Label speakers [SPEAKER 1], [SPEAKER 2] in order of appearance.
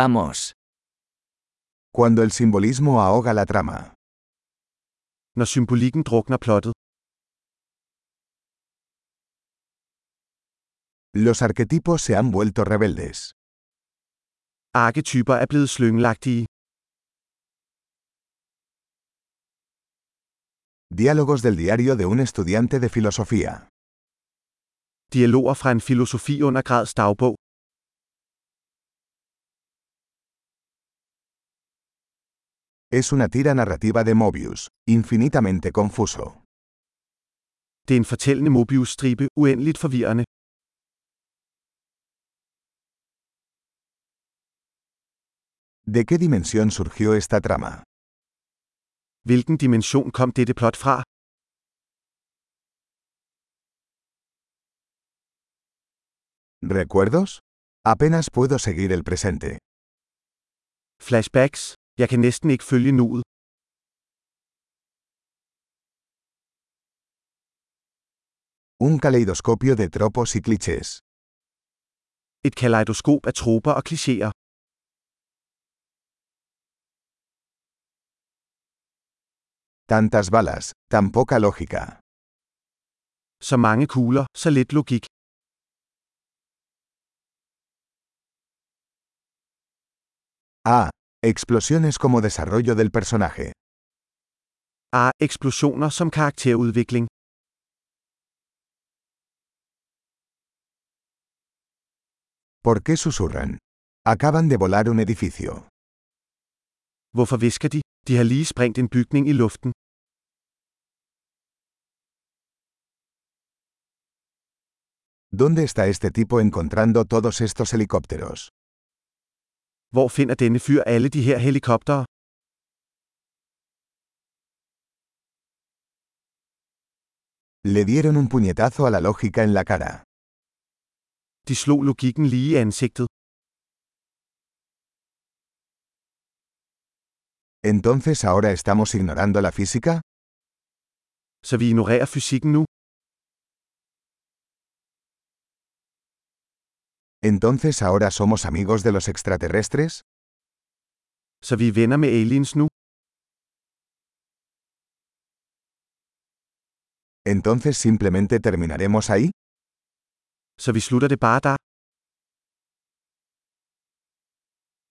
[SPEAKER 1] Vamos.
[SPEAKER 2] Cuando el simbolismo ahoga la trama.
[SPEAKER 3] Når symbolikken drukner plottet.
[SPEAKER 2] Los arquetipos se han vuelto rebeldes.
[SPEAKER 3] Arketyper er blevet slyngelagtige.
[SPEAKER 2] Diálogos del diario de un estudiante de filosofía.
[SPEAKER 3] Dialoger fra en filosofi under grads dagbog.
[SPEAKER 2] Es una tira narrativa de Mobius, infinitamente confuso.
[SPEAKER 3] Det er en fortællende Mobius-stribe, uendeligt forvirrende.
[SPEAKER 2] ¿De qué dimensión surgió esta trama?
[SPEAKER 3] Hvilken dimension kom dette plot fra?
[SPEAKER 2] ¿Recuerdos? Apenas puedo seguir el presente.
[SPEAKER 3] Flashbacks? Jeg kan næsten ikke følge nuet.
[SPEAKER 2] Un caleidoscopio de tropos y clichés.
[SPEAKER 3] Et kaleidoskop af troper og klichéer.
[SPEAKER 2] Tantas balas, tan poca lógica.
[SPEAKER 3] Så mange kugler, så lidt logik.
[SPEAKER 2] Ah, explosiones como desarrollo del personaje.
[SPEAKER 3] Ah, eksplosioner som karakterudvikling.
[SPEAKER 2] ¿Por qué susurran? Acaban de volar un edificio.
[SPEAKER 3] Hvorfor visker de? De har lige sprængt en bygning i luften.
[SPEAKER 2] ¿Dónde está este tipo encontrando todos estos helicópteros?
[SPEAKER 3] Hvor finder denne fyr alle de her helikoptere?
[SPEAKER 2] Le dieron un puñetazo a la lógica en la cara.
[SPEAKER 3] De slog logikken lige i ansigtet.
[SPEAKER 2] ¿Entonces ahora estamos ignorando la física?
[SPEAKER 3] Så vi ignorerer fysikken nu.
[SPEAKER 2] ¿Entonces ahora somos amigos de los extraterrestres?
[SPEAKER 3] Så vi er venner med aliens nu.
[SPEAKER 2] ¿Entonces simplemente terminaremos ahí?
[SPEAKER 3] Så vi slutter det bare der.